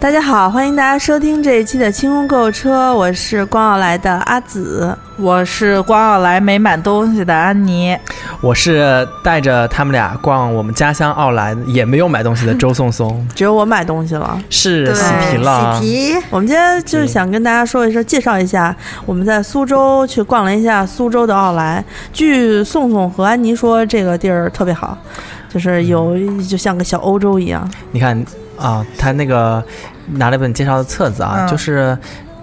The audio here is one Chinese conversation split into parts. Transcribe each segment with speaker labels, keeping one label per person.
Speaker 1: 大家好，欢迎大家收听这一期的清空购物车，我是光耀来的阿紫。，
Speaker 2: 我是光要来没买东西的安妮，
Speaker 3: 我是带着他们俩逛我们家乡奥兰，也没有买东西的周颂颂
Speaker 1: 只有我买东西了。
Speaker 3: 是
Speaker 4: 对
Speaker 3: 喜提了
Speaker 4: 喜。提，
Speaker 1: 我们今天就是想跟大家说一声，介绍一下我们在苏州去逛了一下苏州的奥莱。据宋宋和安妮说，这个地儿特别好，就是有就像个小欧洲一样。
Speaker 3: 你看啊，他那个拿了本介绍的册子啊，
Speaker 2: 嗯
Speaker 3: 就是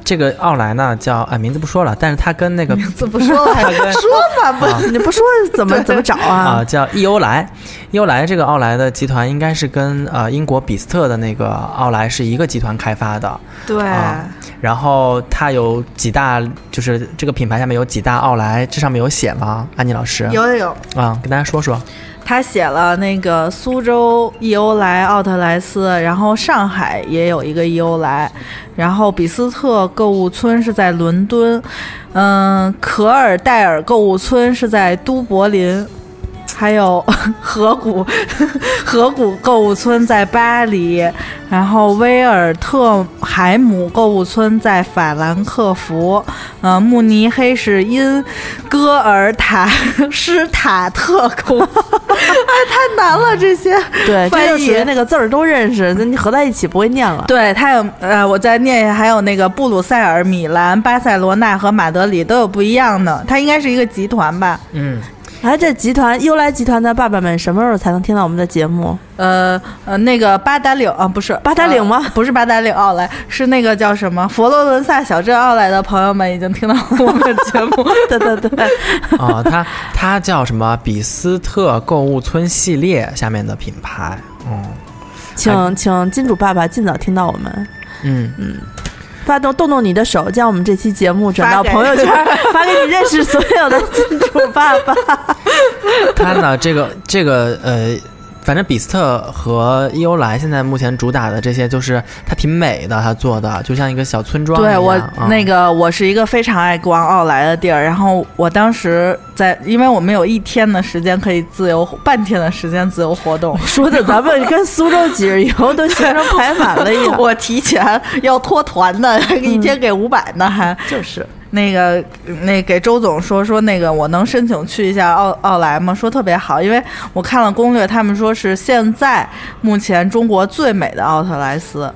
Speaker 3: 这个奥莱呢叫啊名字不说了，但是他跟那个
Speaker 2: 怎么说了？
Speaker 3: 他跟
Speaker 2: 说吧，不，
Speaker 1: 你不说怎 么怎么找
Speaker 3: 啊
Speaker 1: 啊？
Speaker 3: 叫易欧莱，易欧莱这个奥莱的集团应该是跟呃英国比斯特的那个奥莱是一个集团开发的，
Speaker 2: 对
Speaker 3: 啊然后它有几大就是这个品牌下面有几大奥莱，这上面有写吗？安妮老师
Speaker 2: 有有有，
Speaker 3: 啊，跟大家说说。
Speaker 2: 他写了那个苏州伊欧莱、奥特莱斯，然后上海也有一个伊欧莱，然后比斯特购物村是在伦敦，嗯，可尔戴尔购物村是在都柏林。还有 河谷，河谷购物村在巴黎，然后威尔特海姆购物村在法兰克福，呃，慕尼黑是因戈尔塔 施塔特购 物，哎，太难了这些。
Speaker 1: 对，这就
Speaker 2: 翻译
Speaker 1: 属于那个字儿都认 识，那你合在一起不会念了。
Speaker 2: 对，它有呃，我再念一下，还有那个布鲁塞尔、米兰、巴塞罗那和马德里都有不一样的，它应该是一个集团吧？
Speaker 3: 嗯，
Speaker 1: 哎，这集团优莱集团的爸爸们什么时候才能听到我们的节目？
Speaker 2: 呃呃，那个八达岭啊，不是
Speaker 1: 八达岭吗
Speaker 2: 呃不是八达岭奥莱，是那个叫什么佛罗伦萨小镇奥莱的朋友们已经听到我们的节目，
Speaker 1: 对对对，
Speaker 3: 啊，它它叫什么？比斯特购物村系列下面的品牌。嗯
Speaker 1: 请请金主爸爸尽早听到我们。
Speaker 3: 嗯，
Speaker 1: 发动动动你的手，将我们这期节目转到
Speaker 2: 发给
Speaker 1: 朋友 圈，发给你认识所有的金主爸爸。。
Speaker 3: 它呢，这个这个呃，反正比斯特和伊欧莱现在目前主打的这些，就是它挺美的，它做的就像一个小村庄一样。
Speaker 2: 对我
Speaker 3: 嗯
Speaker 2: 那个，我是一个非常爱逛奥莱的地儿。然后我当时在，因为我们有一天的时间可以自由，半天的时间自由活动
Speaker 1: 说的咱们跟苏州几日游都行程排满了一样。
Speaker 2: 我提前要脱团的，一天给五百呢，还
Speaker 1: 就是
Speaker 2: 那个那给周总说说那个我能申请去一下奥奥莱吗？说特别好，因为我看了攻略，他们说是现在目前中国最美的奥特莱斯。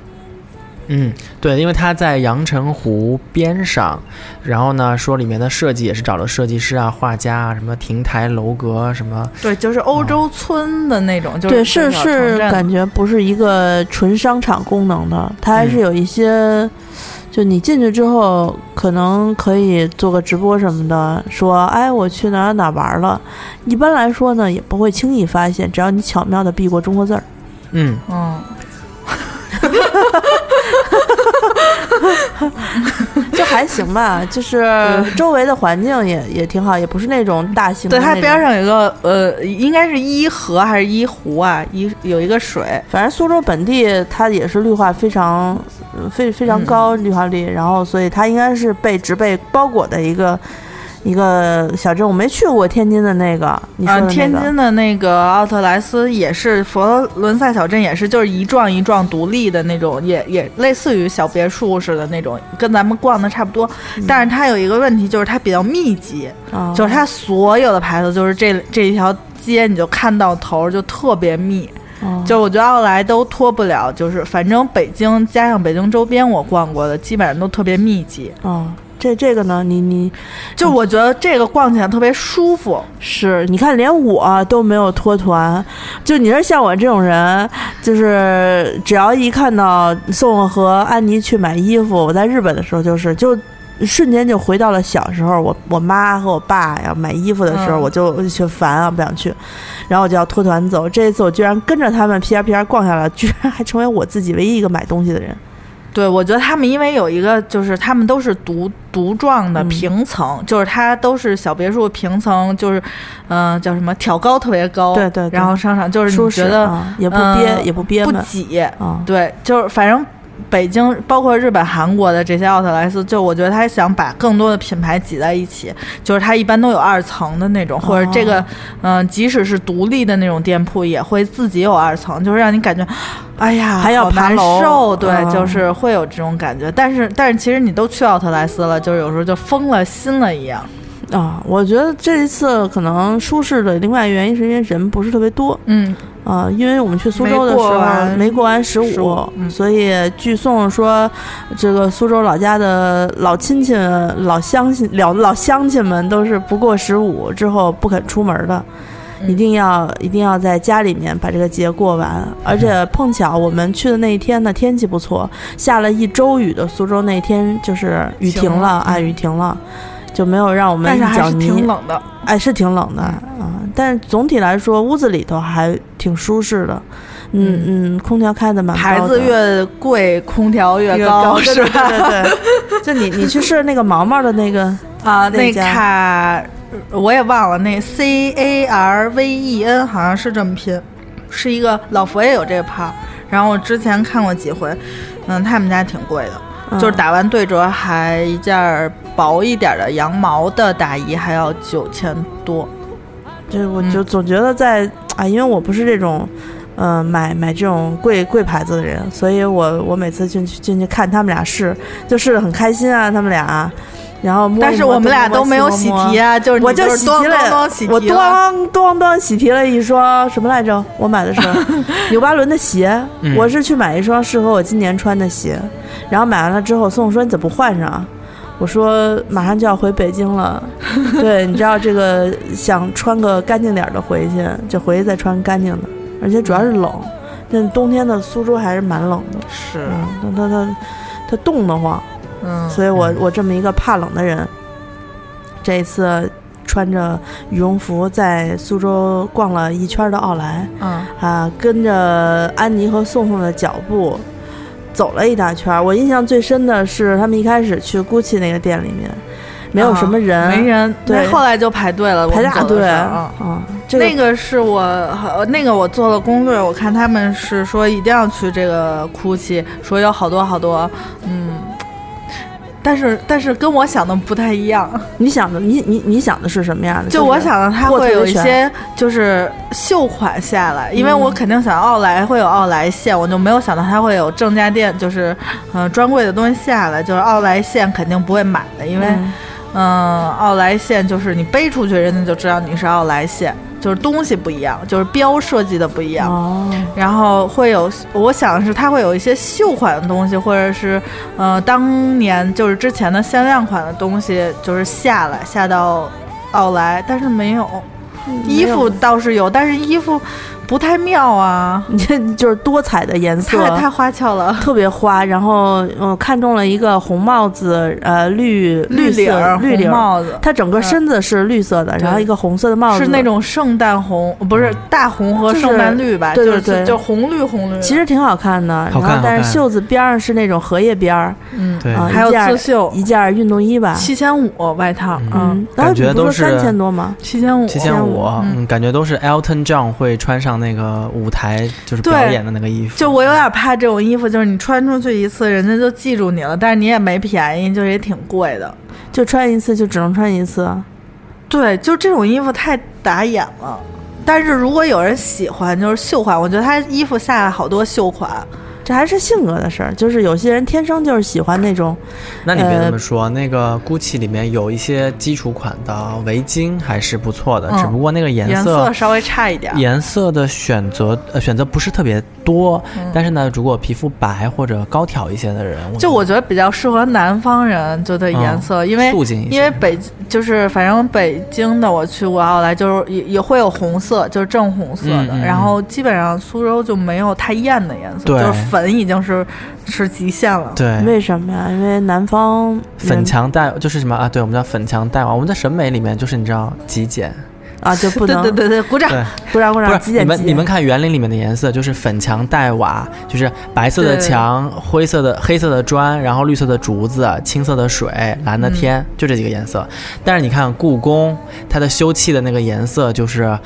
Speaker 3: 嗯，对，因为它在阳澄湖边上，然后呢，说里面的设计也是找了设计师啊、画家啊，什么亭台楼阁啊什么。
Speaker 2: 对，就是欧洲村的那种，就是
Speaker 1: 对，是
Speaker 2: 小城
Speaker 1: 是
Speaker 2: 镇
Speaker 1: 感觉不是一个纯商场功能的，它还是有一些，就你进去之后，可能可以做个直播什么的，说哎我去哪儿哪儿玩了。一般来说呢，也不会轻易发现，只要你巧妙的避过中国字儿。
Speaker 3: 嗯，
Speaker 2: 嗯。
Speaker 1: 就还行吧，就是周围的环境也也挺好，也不是那种大型的
Speaker 2: 嗯对，
Speaker 1: 那种。
Speaker 2: 它边上有一个呃，应该是伊河还是伊湖啊？伊有一个水，
Speaker 1: 反正苏州本地它也是绿化非常呃非非常高，
Speaker 2: 嗯
Speaker 1: 绿化率，然后所以它应该是被植被包裹的一个一个小镇。我没去过天津的那个，你说
Speaker 2: 嗯、
Speaker 1: 的那个、
Speaker 2: 天津的那个奥特莱斯也是佛罗伦萨小镇，也是就是一幢一幢独立的那种，也也类似于小别墅似的那种，跟咱们逛的差不多。
Speaker 1: 嗯
Speaker 2: 但是它有一个问题，就是它比较密集，
Speaker 1: 啊
Speaker 2: 就是它所有的牌子，就是这这一条街你就看到头，就特别密。
Speaker 1: 哦
Speaker 2: 就是我觉得奥莱都脱不了，就是反正北京加上北京周边我逛过的，基本上都特别密集。
Speaker 1: 哦这这个呢，你你
Speaker 2: 就
Speaker 1: 嗯
Speaker 2: 我觉得这个逛起来特别舒服，
Speaker 1: 是，你看，连我都没有脱团。就你说像我这种人，就是只要一看到宋和安妮去买衣服，我在日本的时候就是就。瞬间就回到了小时候，我我妈和我爸呀买衣服的时候，
Speaker 2: 嗯
Speaker 1: 我就我就觉得烦啊，不想去，然后我就要脱团走。这一次我居然跟着他们屁颠屁颠逛下来，居然还成为我自己唯一一个买东西的人。
Speaker 2: 对我觉得他们因为有一个就是他们都是独独幢的
Speaker 1: 嗯
Speaker 2: 平层，就是它都是小别墅平层，就是嗯、呃叫什么挑高特别高，
Speaker 1: 对对对
Speaker 2: 然后商场就是
Speaker 1: 舒
Speaker 2: 你
Speaker 1: 适
Speaker 2: 觉得
Speaker 1: 啊也不
Speaker 2: 嗯
Speaker 1: 憋，也不憋
Speaker 2: 不
Speaker 1: 闷
Speaker 2: 挤，
Speaker 1: 啊。
Speaker 2: 对，就是反正。北京，包括日本、韩国的这些奥特莱斯，就我觉得他想把更多的品牌挤在一起，就是它一般都有二层的
Speaker 1: 哦
Speaker 2: 那种，或者这个，嗯、即使是独立的那种店铺，也会自己有二层，就是让你感觉，哎呀，
Speaker 1: 还要
Speaker 2: 好
Speaker 1: 爬
Speaker 2: 难
Speaker 1: 楼
Speaker 2: 受，对，
Speaker 1: 嗯
Speaker 2: 就是会有这种感觉。但是，但是其实你都去奥特莱斯了，就是有时候就疯了心了一样。
Speaker 1: 啊，我觉得这一次可能舒适的另外原因是因为人不是特别多
Speaker 2: 嗯，
Speaker 1: 啊，因为我们去苏州的时
Speaker 2: 没过
Speaker 1: 候
Speaker 2: 完
Speaker 1: 没过完十五
Speaker 2: 15，嗯
Speaker 1: 所以据颂说，这个苏州老家的老亲戚、老乡亲、老老乡亲们都是不过十五之后不肯出门的。
Speaker 2: 嗯
Speaker 1: 一定要一定要在家里面把这个节过完，
Speaker 2: 嗯
Speaker 1: 而且碰巧我们去的那一天呢天气不错，下了一周雨的苏州那天就是雨停
Speaker 2: 晴了嗯
Speaker 1: 了，啊，雨停了，就没有让我们
Speaker 2: 但是
Speaker 1: 一
Speaker 2: 还
Speaker 1: 脚
Speaker 2: 是
Speaker 1: 泥，
Speaker 2: 挺冷的。
Speaker 1: 哎，是挺冷的啊、
Speaker 2: 嗯
Speaker 1: 但是总体来说，屋子里头还挺舒适的。嗯嗯，空调开的蛮高的
Speaker 2: 牌子越贵，空调越
Speaker 1: 越
Speaker 2: 高，
Speaker 1: 对
Speaker 2: 是
Speaker 1: 对
Speaker 2: 吧？
Speaker 1: 对对对，就你你去试那个毛毛的那个，
Speaker 2: 啊，
Speaker 1: 那
Speaker 2: 那
Speaker 1: 家
Speaker 2: 卡呃我也忘了，那 C A R V E N 好像是这么拼，是一个老佛爷有这个牌儿。然后我之前看过几回，嗯，他们家挺贵的，
Speaker 1: 嗯
Speaker 2: 就是打完对折还一件儿薄一点儿的羊毛的大衣还要九千多。
Speaker 1: 嗯就是
Speaker 2: 嗯
Speaker 1: 我就总觉得在、啊，因为我不是这种，呃，买买这种贵贵牌子的人，所以我我每次进去进去看他们俩试，就试的很开心啊，他们俩，然后摸一摸
Speaker 2: 但是我们俩
Speaker 1: 东摸
Speaker 2: 都没有
Speaker 1: 西
Speaker 2: 喜
Speaker 1: 摸摸
Speaker 2: 提啊，就是
Speaker 1: 我
Speaker 2: 你
Speaker 1: 就是喜
Speaker 2: 咣
Speaker 1: 提
Speaker 2: 咣
Speaker 1: 了
Speaker 2: 咣喜，
Speaker 1: 我
Speaker 2: 提了。
Speaker 1: 咣咣咣喜提了一双什么来着？我买的是 纽巴伦的鞋，
Speaker 3: 嗯
Speaker 1: 我是去买一双适合我今年穿的鞋，然后买完了之后，宋说你怎么不换上啊？我说马上就要回北京 了，对，你知道这个想穿个干净点儿的回去，就回去再穿干净的，而且主要是冷，
Speaker 2: 嗯
Speaker 1: 那冬天的苏州还是蛮冷的，
Speaker 2: 是，
Speaker 1: 嗯，它它它它冻得慌，
Speaker 2: 嗯，
Speaker 1: 所以我我这么一个怕冷的人，这一次穿着羽绒服在苏州逛了一圈的奥莱
Speaker 2: 嗯，
Speaker 1: 啊，跟着安妮和宋宋的脚步走了一大圈。我印象最深的是他们一开始去 GUCCI 那个店里面，没有什么人，
Speaker 2: 嗯啊没人，
Speaker 1: 对
Speaker 2: 那后来就排队了，我
Speaker 1: 排
Speaker 2: 们
Speaker 1: 大
Speaker 2: 走的
Speaker 1: 队
Speaker 2: 时候嗯
Speaker 1: 啊、这个
Speaker 2: 那个是我呃那个我做了攻略，我看他们是说一定要去这个哭泣，说有好多好多，嗯，但是但是跟我想的不太一样，
Speaker 1: 你想的，你你你想的是什么样的？
Speaker 2: 就我想的它
Speaker 1: 货特
Speaker 2: 会有
Speaker 1: 别
Speaker 2: 一
Speaker 1: 全
Speaker 2: 些就是秀款下来，因为我
Speaker 1: 嗯
Speaker 2: 肯定想奥莱会有奥莱线，我就没有想到它会有正价店，就是嗯、呃专柜的东西下来，就是奥莱线肯定不会买的，
Speaker 1: 就
Speaker 2: 因
Speaker 1: 是，
Speaker 2: 为。
Speaker 1: 嗯
Speaker 2: 嗯，奥莱线就是你背出去，人家就知道你是奥莱线，就是东西不一样，就是标设计的不一样。
Speaker 1: 哦，
Speaker 2: 然后会有，我想是它会有一些秀款的东西，或者是，呃，当年就是之前的限量款的东西，就是下来下到奥莱，但是没有，衣服倒是有，但是衣服不太妙啊，
Speaker 1: 你这就是多彩的颜色，
Speaker 2: 太太花俏了，
Speaker 1: 特别花，然后嗯、呃看中了一个红帽子，呃，绿
Speaker 2: 绿
Speaker 1: 色
Speaker 2: 领儿、
Speaker 1: 绿领
Speaker 2: 红
Speaker 1: 儿，
Speaker 2: 帽子，
Speaker 1: 它整个身子是绿色的，
Speaker 2: 对
Speaker 1: 然后一个红色的帽子
Speaker 2: 是那。种圣诞红，不哦
Speaker 3: 嗯
Speaker 2: 是大红和圣诞绿吧？
Speaker 1: 就是
Speaker 2: 就是
Speaker 1: 对对对
Speaker 2: 就红绿红绿。
Speaker 1: 其实挺好看的，
Speaker 3: 好看
Speaker 1: 然后但是
Speaker 3: 好看
Speaker 1: 袖子边上是那种荷叶边儿，
Speaker 2: 嗯，
Speaker 3: 对，
Speaker 1: 啊
Speaker 2: 还有
Speaker 1: 一件儿
Speaker 2: 刺绣，
Speaker 1: 一件运动衣吧，
Speaker 2: 七千五外套，嗯，
Speaker 1: 嗯，然后
Speaker 3: 感觉
Speaker 1: 你不
Speaker 3: 都
Speaker 1: 是
Speaker 3: 是
Speaker 1: 三千多吗？
Speaker 2: 七千五，
Speaker 3: 七千五，
Speaker 2: 嗯
Speaker 3: 嗯，感觉都是 Elton John 会穿上那个舞台就是
Speaker 2: 对
Speaker 3: 表演的那个衣服，
Speaker 2: 就我有点怕这种衣服，就是你穿出去一次，人家就记住你了，但是你也没便宜，就是也挺贵的。
Speaker 1: 就穿一次就只能穿一次，
Speaker 2: 对，就这种衣服太打眼了。但是如果有人喜欢，就是秀款，我觉得他衣服下来好多秀款，
Speaker 1: 这还是性格的事儿。就是有些人天生就是喜欢那种，
Speaker 3: 那你别
Speaker 1: 呃
Speaker 3: 这么说，那个 GUCCI 里面有一些基础款的围巾还是不错的，
Speaker 2: 嗯
Speaker 3: 只不过那个颜
Speaker 2: 颜
Speaker 3: 色
Speaker 2: 稍微差一点。
Speaker 3: 颜色的选择呃选择不是特别多，
Speaker 2: 嗯
Speaker 3: 但是呢，如果皮肤白或者高挑一些的人，
Speaker 2: 就我觉得比较适合南方人，就的颜色，因为
Speaker 3: 嗯素净一些
Speaker 2: 因为北就是反正北京的我去过奥莱，就是也也会有红色，就是正红色的，
Speaker 3: 嗯嗯嗯
Speaker 2: 然后基本上苏州就没有太艳的颜色，
Speaker 3: 对
Speaker 2: 就是粉已经是是极限了。
Speaker 3: 对。
Speaker 1: 为什么呀？因为南方
Speaker 3: 哎粉
Speaker 1: 人
Speaker 3: 墙黛就是什么啊？对，我们叫粉墙黛瓦。我们在审美里面就是你知道极简，
Speaker 1: 啊，就不
Speaker 2: 对
Speaker 1: 能
Speaker 2: 对对对，鼓掌。
Speaker 3: 对，
Speaker 1: 鼓掌鼓
Speaker 3: 不
Speaker 1: 掌，
Speaker 3: 是
Speaker 1: 几
Speaker 3: 你
Speaker 1: 点几
Speaker 3: 们
Speaker 1: 点？
Speaker 3: 你们看园林里面的颜色，就是粉墙黛瓦，就是白色的
Speaker 2: 对
Speaker 3: 墙、灰色的黑色的砖，然后绿色的竹子、青色的水、蓝的天，
Speaker 1: 嗯
Speaker 3: 就这几个颜色。但是你看故宫，它的修砌的那个颜色就是，呃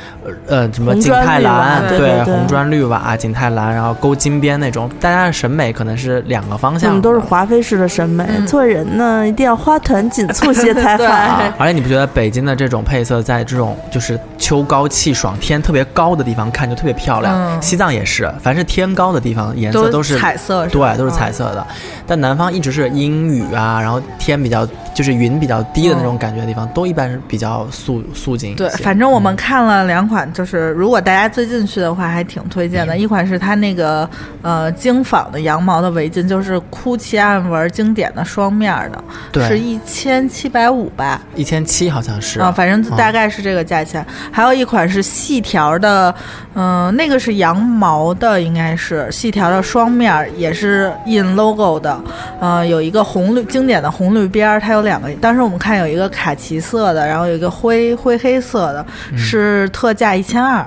Speaker 3: 呃，什么
Speaker 1: 红
Speaker 3: 景
Speaker 1: 砖
Speaker 3: 泰
Speaker 1: 绿瓦
Speaker 3: 蓝，
Speaker 2: 对
Speaker 1: 对对
Speaker 3: 红砖绿瓦、景泰蓝，然后勾金边那种。大家的审美可能是两个方
Speaker 1: 我
Speaker 3: 向
Speaker 1: 们嗯
Speaker 3: 的，
Speaker 1: 都是华妃式的审美，
Speaker 2: 嗯
Speaker 1: 做人呢一定要花团锦簇些才好
Speaker 2: 对。
Speaker 3: 而且你不觉得北京的这种配色，在这种就是秋高气爽、天特别高的地方看就特别漂亮？
Speaker 2: 嗯
Speaker 3: 西藏也是，凡是天高的地方，颜色
Speaker 2: 都
Speaker 3: 都是
Speaker 2: 彩色嗯是吧
Speaker 3: 对，都是彩色的。但南方一直是阴雨啊，然后天比较就是云比较低的那种感觉的地方，都一般是比较素素净一
Speaker 2: 嗯
Speaker 3: 些。嗯
Speaker 2: 对，反正我们看了两款，就是如果大家最近去的话，还挺推荐的。
Speaker 3: 嗯
Speaker 2: 一款是它那个呃精纺的羊毛的围巾，就是哭泣暗纹经典的双面儿的，
Speaker 3: 对
Speaker 2: 是一千七百五吧，
Speaker 3: 一千七好像是
Speaker 2: 啊，反正
Speaker 3: 嗯
Speaker 2: 大概是这个价钱。还有一款是细条的，嗯、那个是羊毛的，应该是细条的双面儿，也是印 logo 的，呃，有一个红绿经典的红绿边儿，它有两个。当时我们看有一个卡其色的，然后有一个灰灰黑色的，
Speaker 3: 嗯
Speaker 2: 是特价一千二，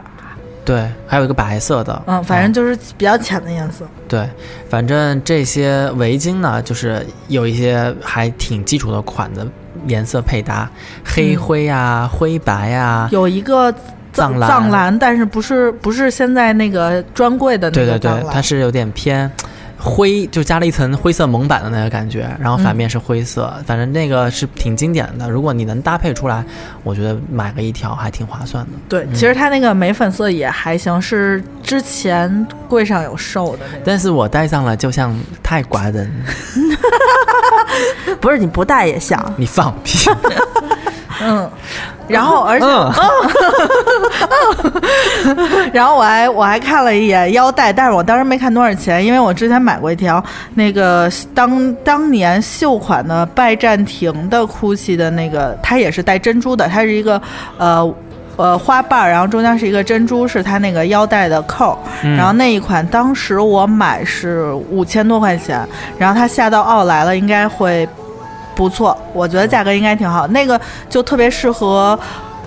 Speaker 3: 对，还有一个白色的，
Speaker 2: 嗯，反正就是比较浅的颜色。
Speaker 3: 对，反正这些围巾呢，就是有一些还挺基础的款的颜色配搭，黑灰啊、灰白啊，
Speaker 2: 嗯有一个
Speaker 3: 藏蓝
Speaker 2: 藏蓝，但是不是不是现在那个专柜的那
Speaker 3: 对对
Speaker 2: 个藏蓝，
Speaker 3: 对，它是有点偏灰，就加了一层灰色蒙版的那个感觉，然后
Speaker 2: 嗯
Speaker 3: 反面是灰色，反正那个是挺经典的。如果你能搭配出来，我觉得买个一条还挺划算的。
Speaker 2: 对，其实它那个眉粉色也还行，是之前柜上有售的那个。
Speaker 3: 但是我戴上了，就像泰国人，
Speaker 1: 不是你不戴也像，
Speaker 3: 你放屁！
Speaker 2: 嗯，然后而且，
Speaker 3: 嗯，
Speaker 2: 然后我还我还看了一眼腰带，但是我当时没看多少钱，因为我之前买过一条那个当当年秀款的拜占庭的 GUCCI 的那个，它也是带珍珠的，它是一个呃。呃，花瓣儿，然后中间是一个珍珠，是它那个腰带的扣儿。然后那一款当时我买是五千多块钱，然后它下到奥莱了，应该会不错，我觉得价格应该挺好。那个就特别适合，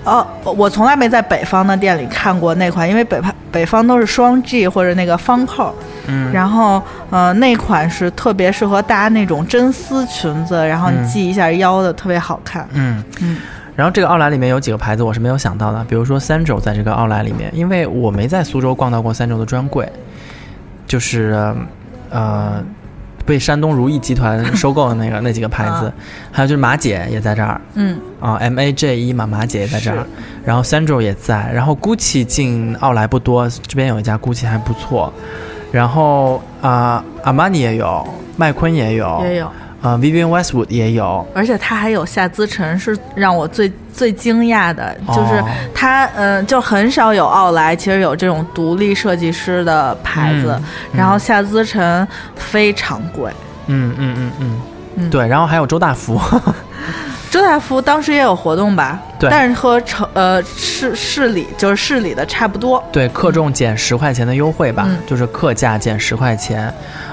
Speaker 2: 呃，我从来没在北方的店里看过那款，因为北方北方都是双 G 或者那个方扣，
Speaker 3: 嗯
Speaker 2: 然后呃那款是特别适合搭那种真丝裙子，然后你系一下腰的，特别好看。
Speaker 3: 嗯
Speaker 2: 嗯，
Speaker 3: 然后这个奥莱里面有几个牌子我是没有想到的，比如说三轴在这个奥莱里面，因为我没在苏州逛到过三轴的专柜，就是呃被山东如意集团收购的那个那几个牌子， 还有就是马姐也在这儿
Speaker 2: 嗯，
Speaker 3: 啊、m A J 一嘛，马姐也在这儿
Speaker 2: 是，
Speaker 3: 然后三轴也在，然后 GUCCI 进奥莱不多，这边有一家 GUCCI 还不错，然后啊阿玛尼也有，麦昆也有，
Speaker 2: 也有，
Speaker 3: 啊 Vivian Westwood 也有，
Speaker 2: 而且它还有下资沉，是让我最最惊讶的，就是
Speaker 3: 哦
Speaker 2: 它，嗯、就很少有奥莱，其实有这种独立设计师的牌子，
Speaker 3: 嗯
Speaker 2: 然后下资沉非常贵。
Speaker 3: 嗯嗯嗯嗯，
Speaker 2: 嗯
Speaker 3: 对，然后还有周大福，
Speaker 2: 周大福当时也有活动吧？
Speaker 3: 对
Speaker 2: 但是和城呃市市里就是市里的差不多。
Speaker 3: 对，克重减十块钱的优惠吧，
Speaker 2: 嗯
Speaker 3: 就是克价减十块钱。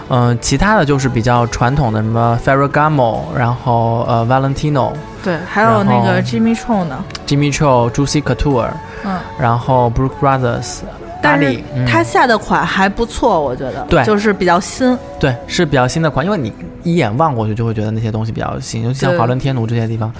Speaker 3: 嗯、其他的就是比较传统的什么 Ferragamo，然后呃 Valentino、
Speaker 2: 对，还有那个
Speaker 3: 然后
Speaker 2: Jimmy Choo 呢，
Speaker 3: Jimmy Choo、Juicy Couture，
Speaker 2: 嗯，
Speaker 3: 然后 Brook Brothers，
Speaker 2: 但
Speaker 3: 阿
Speaker 2: 是
Speaker 3: 丽嗯
Speaker 2: 他下的款还不错，我觉得，
Speaker 3: 对
Speaker 2: 就是比较新。
Speaker 3: 对，是比较新的款，因为你一眼望过去就会觉得那些东西比较新，尤其像
Speaker 2: 对嗯
Speaker 3: 华伦天奴这些地方，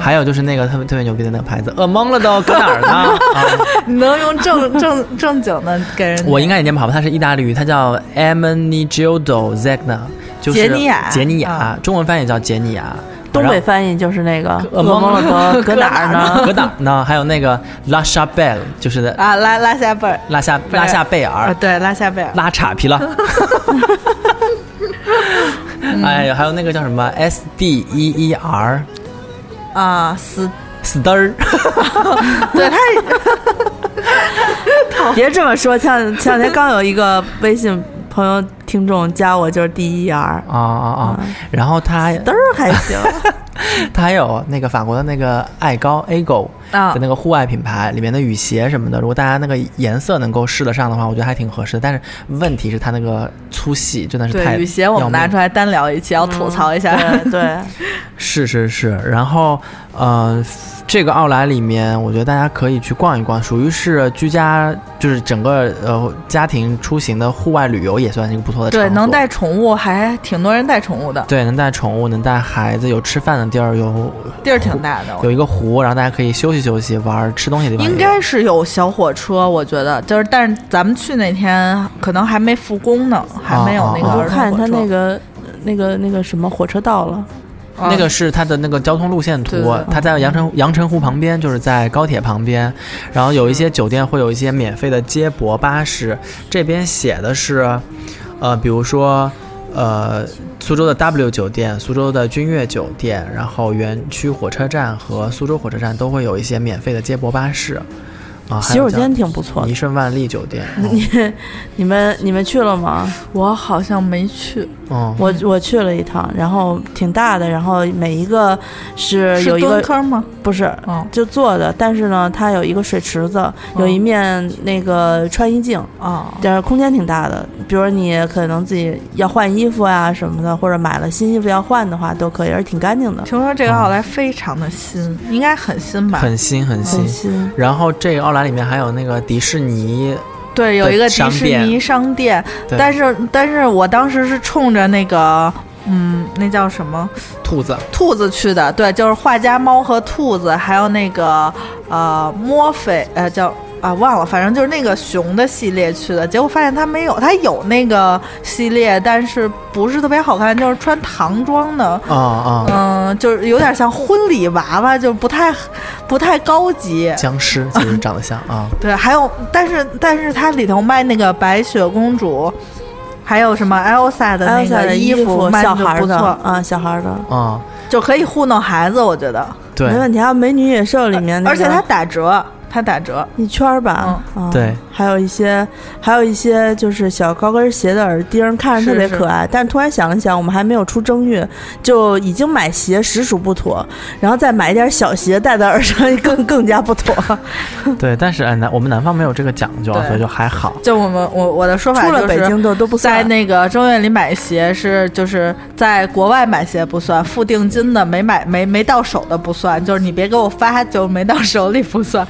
Speaker 3: 还有就是那个特别特别牛逼的那个牌子，呃懵了都，搁 哪儿呢？啊
Speaker 2: 你 能用正正正经的给人？
Speaker 3: 我应该也念不好吧，它是意大利语，它叫 a m a n i g i o d o Zegna，就是
Speaker 2: 杰尼亚
Speaker 3: 杰尼亚，
Speaker 2: 啊
Speaker 3: 中文翻译叫杰尼亚，
Speaker 1: 东北
Speaker 3: 然后。
Speaker 1: 翻译就是那个
Speaker 3: 呃
Speaker 1: 噩梦 了哥，搁哪儿呢？
Speaker 3: 搁哪儿呢？还有那个拉沙贝尔，就是
Speaker 2: 啊，拉拉下贝尔
Speaker 3: 拉下
Speaker 2: 尔
Speaker 3: 拉下贝
Speaker 2: 啊，
Speaker 3: 尔，
Speaker 2: 对，拉下贝尔。
Speaker 3: 拉 岔皮了。哎呀，还有那个叫什么 S D E E R
Speaker 2: 啊，死，
Speaker 3: s t e r
Speaker 2: 对他
Speaker 1: 别这么说，前前两天刚有一个微信朋友听众加我，就是 D E R，
Speaker 3: 啊啊啊！然后它
Speaker 1: 嘚儿还行，
Speaker 3: 它还有那个法国的那个爱高 A g o
Speaker 2: 啊
Speaker 3: 的那个户外品牌里面的雨鞋什么的，如果大家那个颜色能够试得上的话，我觉得还挺合适的。但是问题是它那个粗细真的是太
Speaker 2: 对，雨鞋我
Speaker 3: 要
Speaker 2: 们
Speaker 3: 命
Speaker 2: 拿出来单聊一期，要吐槽一下。
Speaker 1: 嗯对 对，
Speaker 3: 是是是，然后呃，这个奥莱里面，我觉得大家可以去逛一逛，属于是居家，就是整个呃家庭出行的户外旅游，也算是一个不错的 场
Speaker 2: 对，
Speaker 3: 所。
Speaker 2: 能带宠物，还挺多人带宠物的，
Speaker 3: 对能带宠物，能带孩子，有吃饭的地儿，有
Speaker 2: 地儿挺大的。
Speaker 3: 有一个湖，然后大家可以休息休息，玩儿吃东西的地方也
Speaker 2: 应
Speaker 3: 有。
Speaker 2: 该是有小火车，我觉得就是，但是咱们去那天可能还没复工呢，还没有那个
Speaker 3: 哦
Speaker 1: 我
Speaker 2: 儿童火车。
Speaker 1: 都看他 那个那个那个什么火车到了，
Speaker 2: 啊
Speaker 3: 那个是它的那个交通路线
Speaker 2: 对
Speaker 3: 图
Speaker 2: 对，
Speaker 3: 它在阳澄阳澄湖旁边，就是在高铁旁边，然后有一些酒店会有一些免费的接驳巴士，这边写的是，呃，比如说。呃，苏州的 W 酒店、苏州的君悦酒店，然后园区火车站和苏州火车站都会有一些免费的接驳巴士，啊，还
Speaker 1: 洗
Speaker 3: 有
Speaker 1: 手间
Speaker 3: 像
Speaker 1: 挺不错的
Speaker 3: 怡。顺万丽酒店，啊
Speaker 1: 你你们你们去了吗？
Speaker 2: 我好像没去，
Speaker 3: 嗯，
Speaker 1: 我我去了一趟，然后挺大的，然后每一个是有
Speaker 2: 是
Speaker 1: 一个
Speaker 2: 蹲坑吗？
Speaker 1: 不是
Speaker 2: 嗯
Speaker 1: 就坐的，但是呢，它有一个水池子，有一面那个穿衣镜，
Speaker 2: 哦，
Speaker 1: 但是空间挺大的。比如你可能自己要换衣服啊什么的，或者买了新衣服要换的话，都可以，而且挺干净的，
Speaker 2: 听说这个奥莱非常的新，应该啊很新吧？
Speaker 3: 很新很
Speaker 2: 嗯
Speaker 3: 新。
Speaker 1: 很新。
Speaker 3: 然后这个奥莱里面还有那个迪士尼，
Speaker 2: 对，有一个迪
Speaker 3: 商
Speaker 2: 士
Speaker 3: 店
Speaker 2: 尼商店，
Speaker 3: 对
Speaker 2: 但是但是我当时是冲着那个。嗯，那叫什么
Speaker 3: 兔子，
Speaker 2: 兔子去的？对，就是画家猫和兔子，还有那个呃墨菲，呃叫啊忘了，反正就是那个熊的系列去的。结果发现它没有，它有那个系列，但是不是特别好看，就是穿唐装的，
Speaker 3: 啊啊、
Speaker 2: 嗯、就是有点像婚礼娃娃，就不太不太高级。
Speaker 3: 僵尸 其实长得像啊，
Speaker 2: 对，还有，但是但是它里头卖那个白雪公主，还有什么 Elsa 的
Speaker 1: 艾
Speaker 2: 那
Speaker 1: 尔莎
Speaker 2: 个
Speaker 1: 的衣
Speaker 2: 服，卖
Speaker 1: 小
Speaker 2: 的
Speaker 1: 孩儿
Speaker 2: 不
Speaker 1: 的
Speaker 2: 错，
Speaker 1: 啊，小孩儿的，
Speaker 3: 啊、
Speaker 2: 就可以糊弄孩子，我觉得。
Speaker 3: 对
Speaker 1: 没问题。还有《美女与野兽》里面那个，
Speaker 2: 而且它打折，它打折。
Speaker 1: 一圈儿吧，
Speaker 2: 嗯
Speaker 1: 啊，
Speaker 3: 对，
Speaker 1: 还有一些，还有一些就是小高跟鞋的耳钉，看着特别
Speaker 2: 是是
Speaker 1: 可爱。但突然想了想，我们还没有出正月，就已经买鞋实属不妥，然后再买一点小鞋戴在耳上更更加不 妥。
Speaker 3: 对，但是哎南我们南方没有这个讲究啊，
Speaker 2: 对
Speaker 3: 所以就还好。
Speaker 2: 就我们我我的说法
Speaker 1: 出了
Speaker 2: 就
Speaker 1: 北
Speaker 2: 是。
Speaker 1: 京的都不
Speaker 2: 在
Speaker 1: 算。
Speaker 2: 那个正月里买鞋是，就是在国外买鞋不算，付定金的没买没没到手的不算，就是你别给我发，就没到手里不算。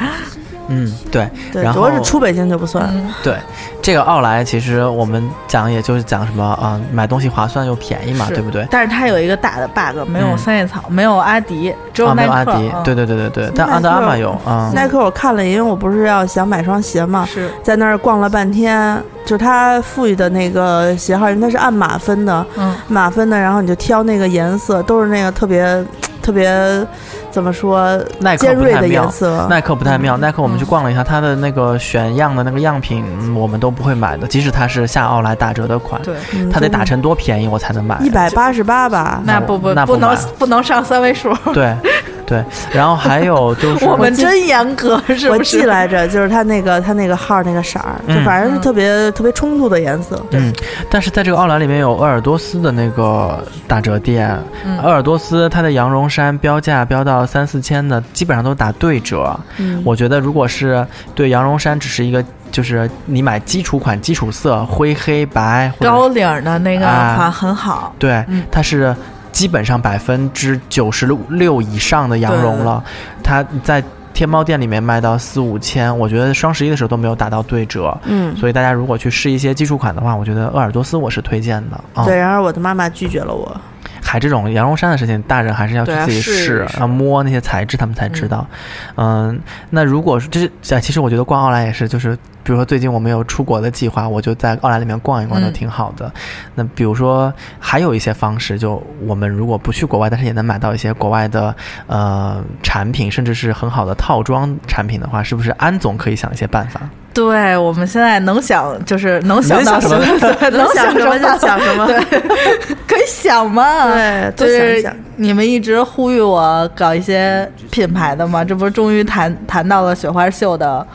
Speaker 3: 嗯，对。
Speaker 1: 对，
Speaker 3: 然
Speaker 1: 主
Speaker 3: 后
Speaker 1: 要是出北京就不算。
Speaker 2: 嗯
Speaker 3: 对这个奥莱，其实我们讲也就是讲什么啊、买东西划算又便宜嘛，
Speaker 2: 是
Speaker 3: 对不对？
Speaker 2: 但是它有一个大的 bug，没有
Speaker 3: 嗯
Speaker 2: 三叶草，没有阿迪，只有
Speaker 3: 啊，没
Speaker 2: 耐
Speaker 3: 有
Speaker 2: 克。
Speaker 3: 阿迪，
Speaker 2: 嗯
Speaker 3: 对对对对对，但
Speaker 1: 耐
Speaker 3: 安德阿
Speaker 1: 克
Speaker 3: 玛有啊，
Speaker 1: 耐克我看了，因为我不是要想买双鞋嘛，
Speaker 2: 嗯是
Speaker 1: 在那儿逛了半天，就是他赋予的那个鞋号，因为它是按码分的，
Speaker 2: 嗯，
Speaker 1: 马芬的，然后你就挑那个颜色，都是那个特别特别怎么说
Speaker 3: 耐克
Speaker 1: 尖
Speaker 3: 不
Speaker 1: 锐
Speaker 3: 太
Speaker 1: 的
Speaker 3: 妙
Speaker 1: 颜。色。嗯
Speaker 3: 耐克不太妙，耐克我们去逛了一下，它的那个选样的那个样品，嗯我们都不会买的，即使它是下奥莱打折的款，
Speaker 2: 对，
Speaker 1: 嗯
Speaker 3: 它得打成多便宜我才能买。
Speaker 1: 一百八十八 吧，
Speaker 2: 那
Speaker 3: 那
Speaker 2: 不
Speaker 3: 我
Speaker 2: 不
Speaker 3: 那
Speaker 2: 不
Speaker 3: 不
Speaker 2: 能
Speaker 3: 买
Speaker 2: 不能上三位数，
Speaker 3: 对，对，然后还有就 是
Speaker 2: 我们
Speaker 1: 记
Speaker 2: 真严格，是
Speaker 1: 我
Speaker 2: 不
Speaker 1: 记
Speaker 2: 是？
Speaker 1: 来着，就是它那个它那个号那个色儿，就
Speaker 3: 嗯
Speaker 1: 反正是特别特别冲突的颜色。
Speaker 3: 嗯，但是在这个奥莱里面有鄂尔多斯的那个打折店，
Speaker 2: 嗯
Speaker 3: 鄂、尔多斯它的羊绒衫标价标到三四千的，基本上都打对折。
Speaker 1: 嗯
Speaker 3: 我觉得如果是对羊绒衫只是一个，就是你买基础款、基础色，灰、黑、白，或者
Speaker 2: 高
Speaker 3: 是
Speaker 2: 领儿的那个
Speaker 3: 啊
Speaker 2: 款很好，
Speaker 3: 对
Speaker 2: 嗯，
Speaker 3: 它是。基本上百分之九十六以上的羊绒了，它在天猫店里面卖到四五千，我觉得双十一的时候都没有打到对折，
Speaker 1: 嗯，
Speaker 3: 所以大家如果去试一些基础款的话，我觉得鄂尔多斯我是推荐的啊。
Speaker 1: 对。然而我的妈妈拒绝了我，
Speaker 3: 海这种羊绒衫的事情，大人还是要去
Speaker 2: 对啊
Speaker 3: 自己
Speaker 2: 试一
Speaker 3: 试，
Speaker 2: 试
Speaker 3: 要摸那些材质，他们才知道。嗯，那如果是就是，哎其实我觉得逛奥莱也是，就是比如说最近我们有出国的计划，我就在奥莱里面逛一逛，
Speaker 2: 嗯
Speaker 3: 都挺好的。那比如说还有一些方式，就我们如果不去国外，但是也能买到一些国外的呃产品，甚至是很好的套装产品的话，是不是安总可以想一些办法？
Speaker 2: 对我们现在能想就是能想
Speaker 3: 能
Speaker 2: 到
Speaker 3: 想什 么
Speaker 2: 对能
Speaker 1: 想
Speaker 2: 什
Speaker 1: 什么
Speaker 2: 么
Speaker 1: 就想什么。
Speaker 2: 对，可以想嘛。
Speaker 1: 对
Speaker 2: 就
Speaker 1: 多想一
Speaker 2: 是
Speaker 1: 想
Speaker 2: 你们一直呼吁我搞一些品牌的嘛，这不是终于谈谈到了雪花秀的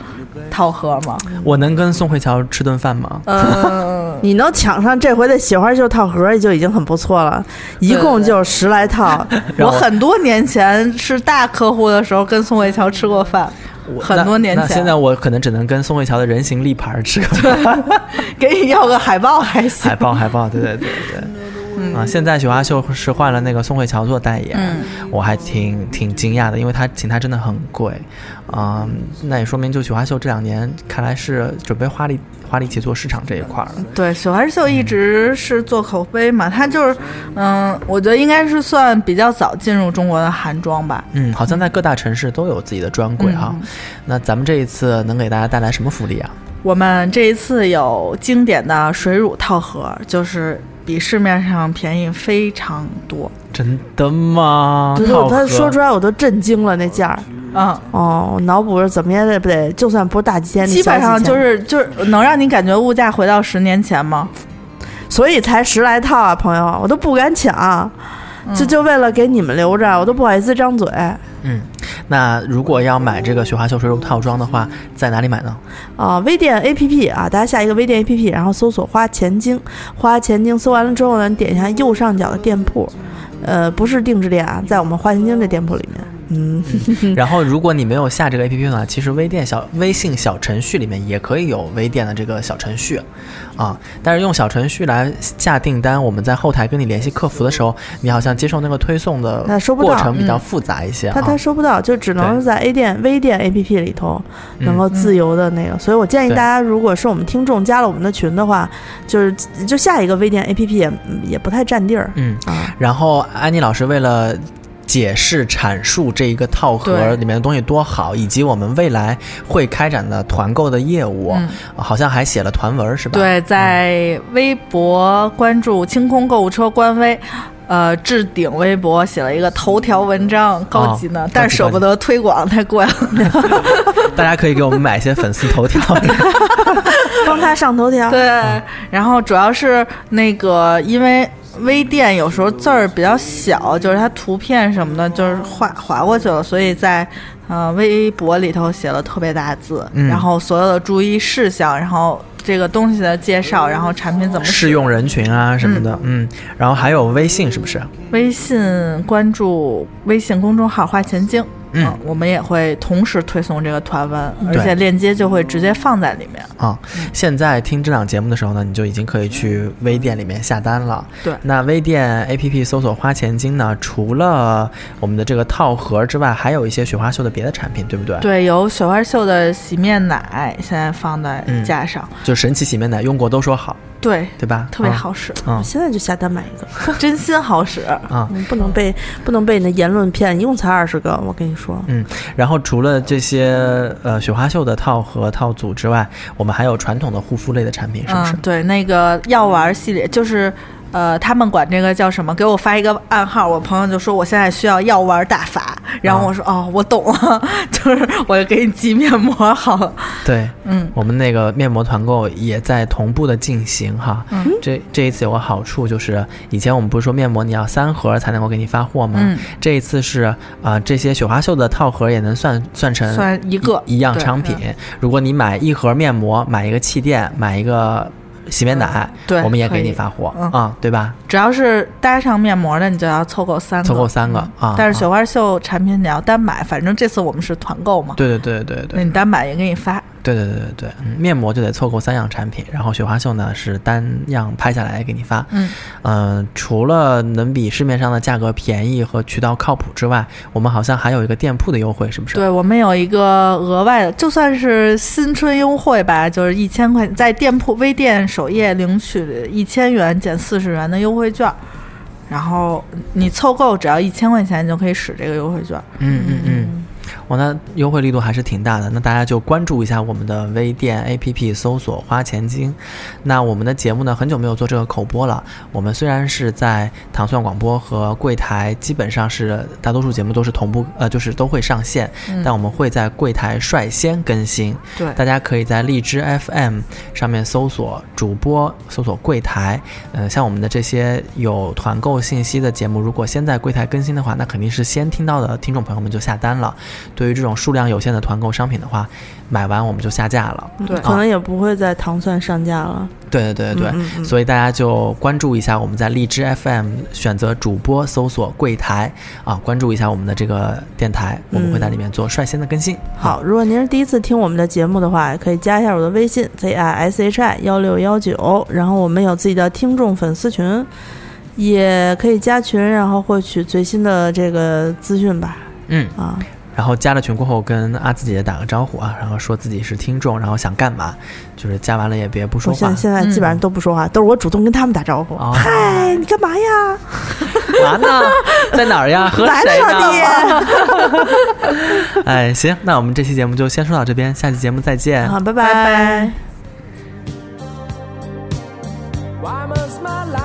Speaker 2: 套盒吗？
Speaker 3: 我能跟宋慧乔吃顿饭吗？
Speaker 2: 嗯，
Speaker 1: 你能抢上这回的雪花秀套盒就已经很不错了，一共就十来 套。
Speaker 3: 让
Speaker 2: 我
Speaker 3: 我
Speaker 2: 很多年前是大客户的时候，跟宋慧乔吃过饭，
Speaker 3: 我
Speaker 2: 很
Speaker 3: 那
Speaker 2: 多年
Speaker 3: 那
Speaker 2: 前
Speaker 3: 现在我可能只能跟宋慧乔的人形立牌吃个饭
Speaker 2: 给你要个海报还行
Speaker 3: 海。报，海报，对对对对。
Speaker 1: 嗯
Speaker 3: 啊，现在雪花秀是换了那个宋慧乔做代言，
Speaker 1: 嗯
Speaker 3: 我还挺挺惊讶的，因为她请她真的很贵，啊、那也说明就雪花秀这两年看来是准备花力花力气做市场这一块儿了。
Speaker 2: 对，雪花秀一直是做口碑嘛，它就是，嗯，我觉得应该是算比较早进入中国的韩妆吧。
Speaker 3: 嗯，好像在各大城市都有自己的专柜哈。
Speaker 1: 嗯
Speaker 3: 那咱们这一次能给大家带来什么福利啊？
Speaker 2: 我们这一次有经典的水乳套盒，就是比市面上便宜非常多。
Speaker 3: 真的吗？
Speaker 1: 就是
Speaker 3: 套
Speaker 1: 他
Speaker 3: 盒
Speaker 1: 说出来我都震惊了，那价儿
Speaker 2: 嗯，
Speaker 1: 哦，我脑补着怎么也得不得，就算不是大几千，
Speaker 2: 基本上就
Speaker 1: 得小几
Speaker 2: 是就是能让你感觉物价回到十年前吗？
Speaker 1: 千，所以才十来套啊，朋友，我都不敢抢，就就为了给你们留着，我都不好意思张嘴。
Speaker 3: 嗯，那如果要买这个雪花秀水乳套装的话，在哪里买呢？
Speaker 1: 啊、微店 APP 啊，大家下一个微店 APP，然后搜索“花钱精”，花钱精搜完了之后呢，你点一下右上角的店铺，呃，不是定制店啊，在我们花钱精这店铺里面。嗯，
Speaker 3: 然后，如果你没有下这个 APP 呢，其实微店小微信小程序里面也可以有微店的这个小程序，啊，但是用小程序来下订单，我们在后台跟你联系客服的时候，你好像接受那个推送的
Speaker 1: 那收不到嗯
Speaker 3: 过程比较复杂一些啊
Speaker 1: 他。他收不到，就只能
Speaker 3: 对
Speaker 1: 在 A 店、微店 APP 里头
Speaker 3: 嗯
Speaker 1: 能够自由的那个。所以我建议
Speaker 3: 对
Speaker 1: 大家，如果是我们听众加了我们的群的话，就是就下一个微店 APP 也也不太占 地儿。
Speaker 3: 嗯，
Speaker 1: 啊，
Speaker 3: 然后安妮老师为了。解释、阐述这一个套盒
Speaker 2: 对
Speaker 3: 里面的东西多好，以及我们未来会开展的团购的业务，
Speaker 2: 嗯
Speaker 3: 好像还写了团文是吧？
Speaker 2: 对，在微博关注“清空购物车”官微。呃，置顶微博写了一个头条文章，高级呢，
Speaker 3: 高级
Speaker 2: 但是舍不得推广，太贵了。
Speaker 3: 大家可以给我们买一些粉丝头条。
Speaker 1: 帮他上头条。
Speaker 2: 对，
Speaker 3: 嗯
Speaker 2: 然后主要是那个，因为微店有时候字儿比较小，就是它图片什么的，就是划划过去了，所以在呃微博里头写了特别大字，
Speaker 3: 嗯
Speaker 2: 然后所有的注意事项，然后这个东西的介绍，然后产品怎么
Speaker 3: 适用人群啊什么的，嗯然后还有微信是不啊是？
Speaker 2: 微信关注微信公众号“花钱精”，
Speaker 3: 嗯
Speaker 2: 啊我们也会同时推送这个团文，而
Speaker 3: 对
Speaker 2: 且链接就会直接放在里面。
Speaker 3: 啊、现在听这档节目的时候呢，你就已经可以去微店里面下单了。
Speaker 2: 对
Speaker 3: 那微店 APP 搜索“花钱精”呢，除了我们的这个套盒之外，还有一些雪花秀的别的产品，对不对？，
Speaker 2: 对，有雪花秀的洗面奶，现在放在
Speaker 3: 嗯
Speaker 2: 架上，
Speaker 3: 就神奇洗面奶，用过都说好，
Speaker 2: 对，
Speaker 3: 对吧？
Speaker 2: 特别好使，
Speaker 1: 我
Speaker 3: 嗯。嗯
Speaker 1: 现在就下单买一个，
Speaker 2: 真心好使。
Speaker 3: 啊、
Speaker 1: 嗯不能被不能被你的言论骗，一共才二十个，我跟你说。
Speaker 3: 嗯，然后除了这些呃雪花秀的套盒套组之外，我们还有传统的护肤类的产 品，是不是？
Speaker 2: 嗯，对，那个药丸系列就是。呃，他们管这个叫什么？给我发一个暗号，我朋友就说我现在需要药丸大法，然后我
Speaker 3: 啊
Speaker 2: 说、哦，我懂了， 就是我就给你寄面膜好了。
Speaker 3: 对，
Speaker 2: 嗯，
Speaker 3: 我们那个面膜团购也在同步的进行哈。
Speaker 2: 嗯
Speaker 3: 这这一次有个好处就是，以前我们不是说面膜你要三盒才能够给你发货吗？
Speaker 2: 嗯
Speaker 3: 这一次是啊、这些雪花秀的套盒也能算算成
Speaker 2: 算一个
Speaker 3: 一样
Speaker 2: 对嗯
Speaker 3: 商品。如果你买一盒面膜，买一个气垫，买一个洗面奶，
Speaker 2: 嗯对
Speaker 3: 我们也给
Speaker 2: 可
Speaker 3: 你
Speaker 2: 以
Speaker 3: 发货啊
Speaker 2: 嗯、
Speaker 3: 对吧？
Speaker 2: 只要是搭上面膜的，你就要凑够三个，嗯
Speaker 3: 凑够三个啊
Speaker 2: 但是雪花秀产品你要单买，反正这次我们是团购嘛，
Speaker 3: 对对对对对对
Speaker 2: 那你单买也给你发。
Speaker 3: 对对对对对，嗯面膜就得凑够三样产品，然后雪花秀呢是单样拍下来给你发。
Speaker 2: 嗯
Speaker 3: 嗯、除了能比市面上的价格便宜和渠道靠谱之外，我们好像还有一个店铺的优惠，是不是？
Speaker 2: 对，我们有一个额外的，就算是新春优惠吧，就是一千块，在店铺微店首页领取一千元减四十元的优惠券，然后你凑够只要一千块钱，你就可以使这个优惠券。
Speaker 3: 嗯嗯嗯，哇，那优惠力度还是挺大的。那大家就关注一下我们的微店 APP，搜索“花钱精”。那我们的节目呢，很久没有做这个口播了。我们虽然是在糖蒜广播和柜台，基本上是大多数节目都是同步，呃，就是都会上线，但我们会在柜台率先更新。
Speaker 2: 对
Speaker 3: 大家可以在荔枝 FM 上面搜索主播，搜索柜台。呃，像我们的这些有团购信息的节目，如果先在柜台更新的话，那肯定是先听到的听众朋友们就下单了。对于这种数量有限的团购商品的话，买完我们就下架了。
Speaker 2: 对
Speaker 1: 嗯可能也不会再糖蒜上架了。
Speaker 3: 对对对对，
Speaker 1: 嗯嗯嗯
Speaker 3: 所以大家就关注一下我们在荔枝 FM 选择主播搜索柜台啊，关注一下我们的这个电台，我们会在里面做率先的更新。
Speaker 1: 嗯好，如果您是第一次听我们的节目的话，可以加一下我的微信 z i s h i 幺六幺九，然后我们有自己的听众粉丝群，也可以加群，然后获取最新的这个资讯吧。
Speaker 3: 嗯，
Speaker 1: 啊，
Speaker 3: 然后加了群过后跟阿紫姐姐打个招呼啊，然后说自己是听众，然后想干嘛，就是加完了也别不
Speaker 1: 我
Speaker 3: 说
Speaker 1: 现
Speaker 3: 话
Speaker 1: 在。现在基本上都不说话，都是我主动跟他们打招呼。
Speaker 3: 哦
Speaker 1: 嗨，你干嘛呀？
Speaker 3: 嘛 呢？在哪儿呀？和
Speaker 1: 来
Speaker 3: 谁
Speaker 1: 了吧，
Speaker 3: 呢？
Speaker 1: 爹。
Speaker 3: 哎，行，那我们这期节目就先说到这边，下期节目再见。
Speaker 1: 啊好，拜
Speaker 2: 拜拜。
Speaker 4: Why must my life Oh,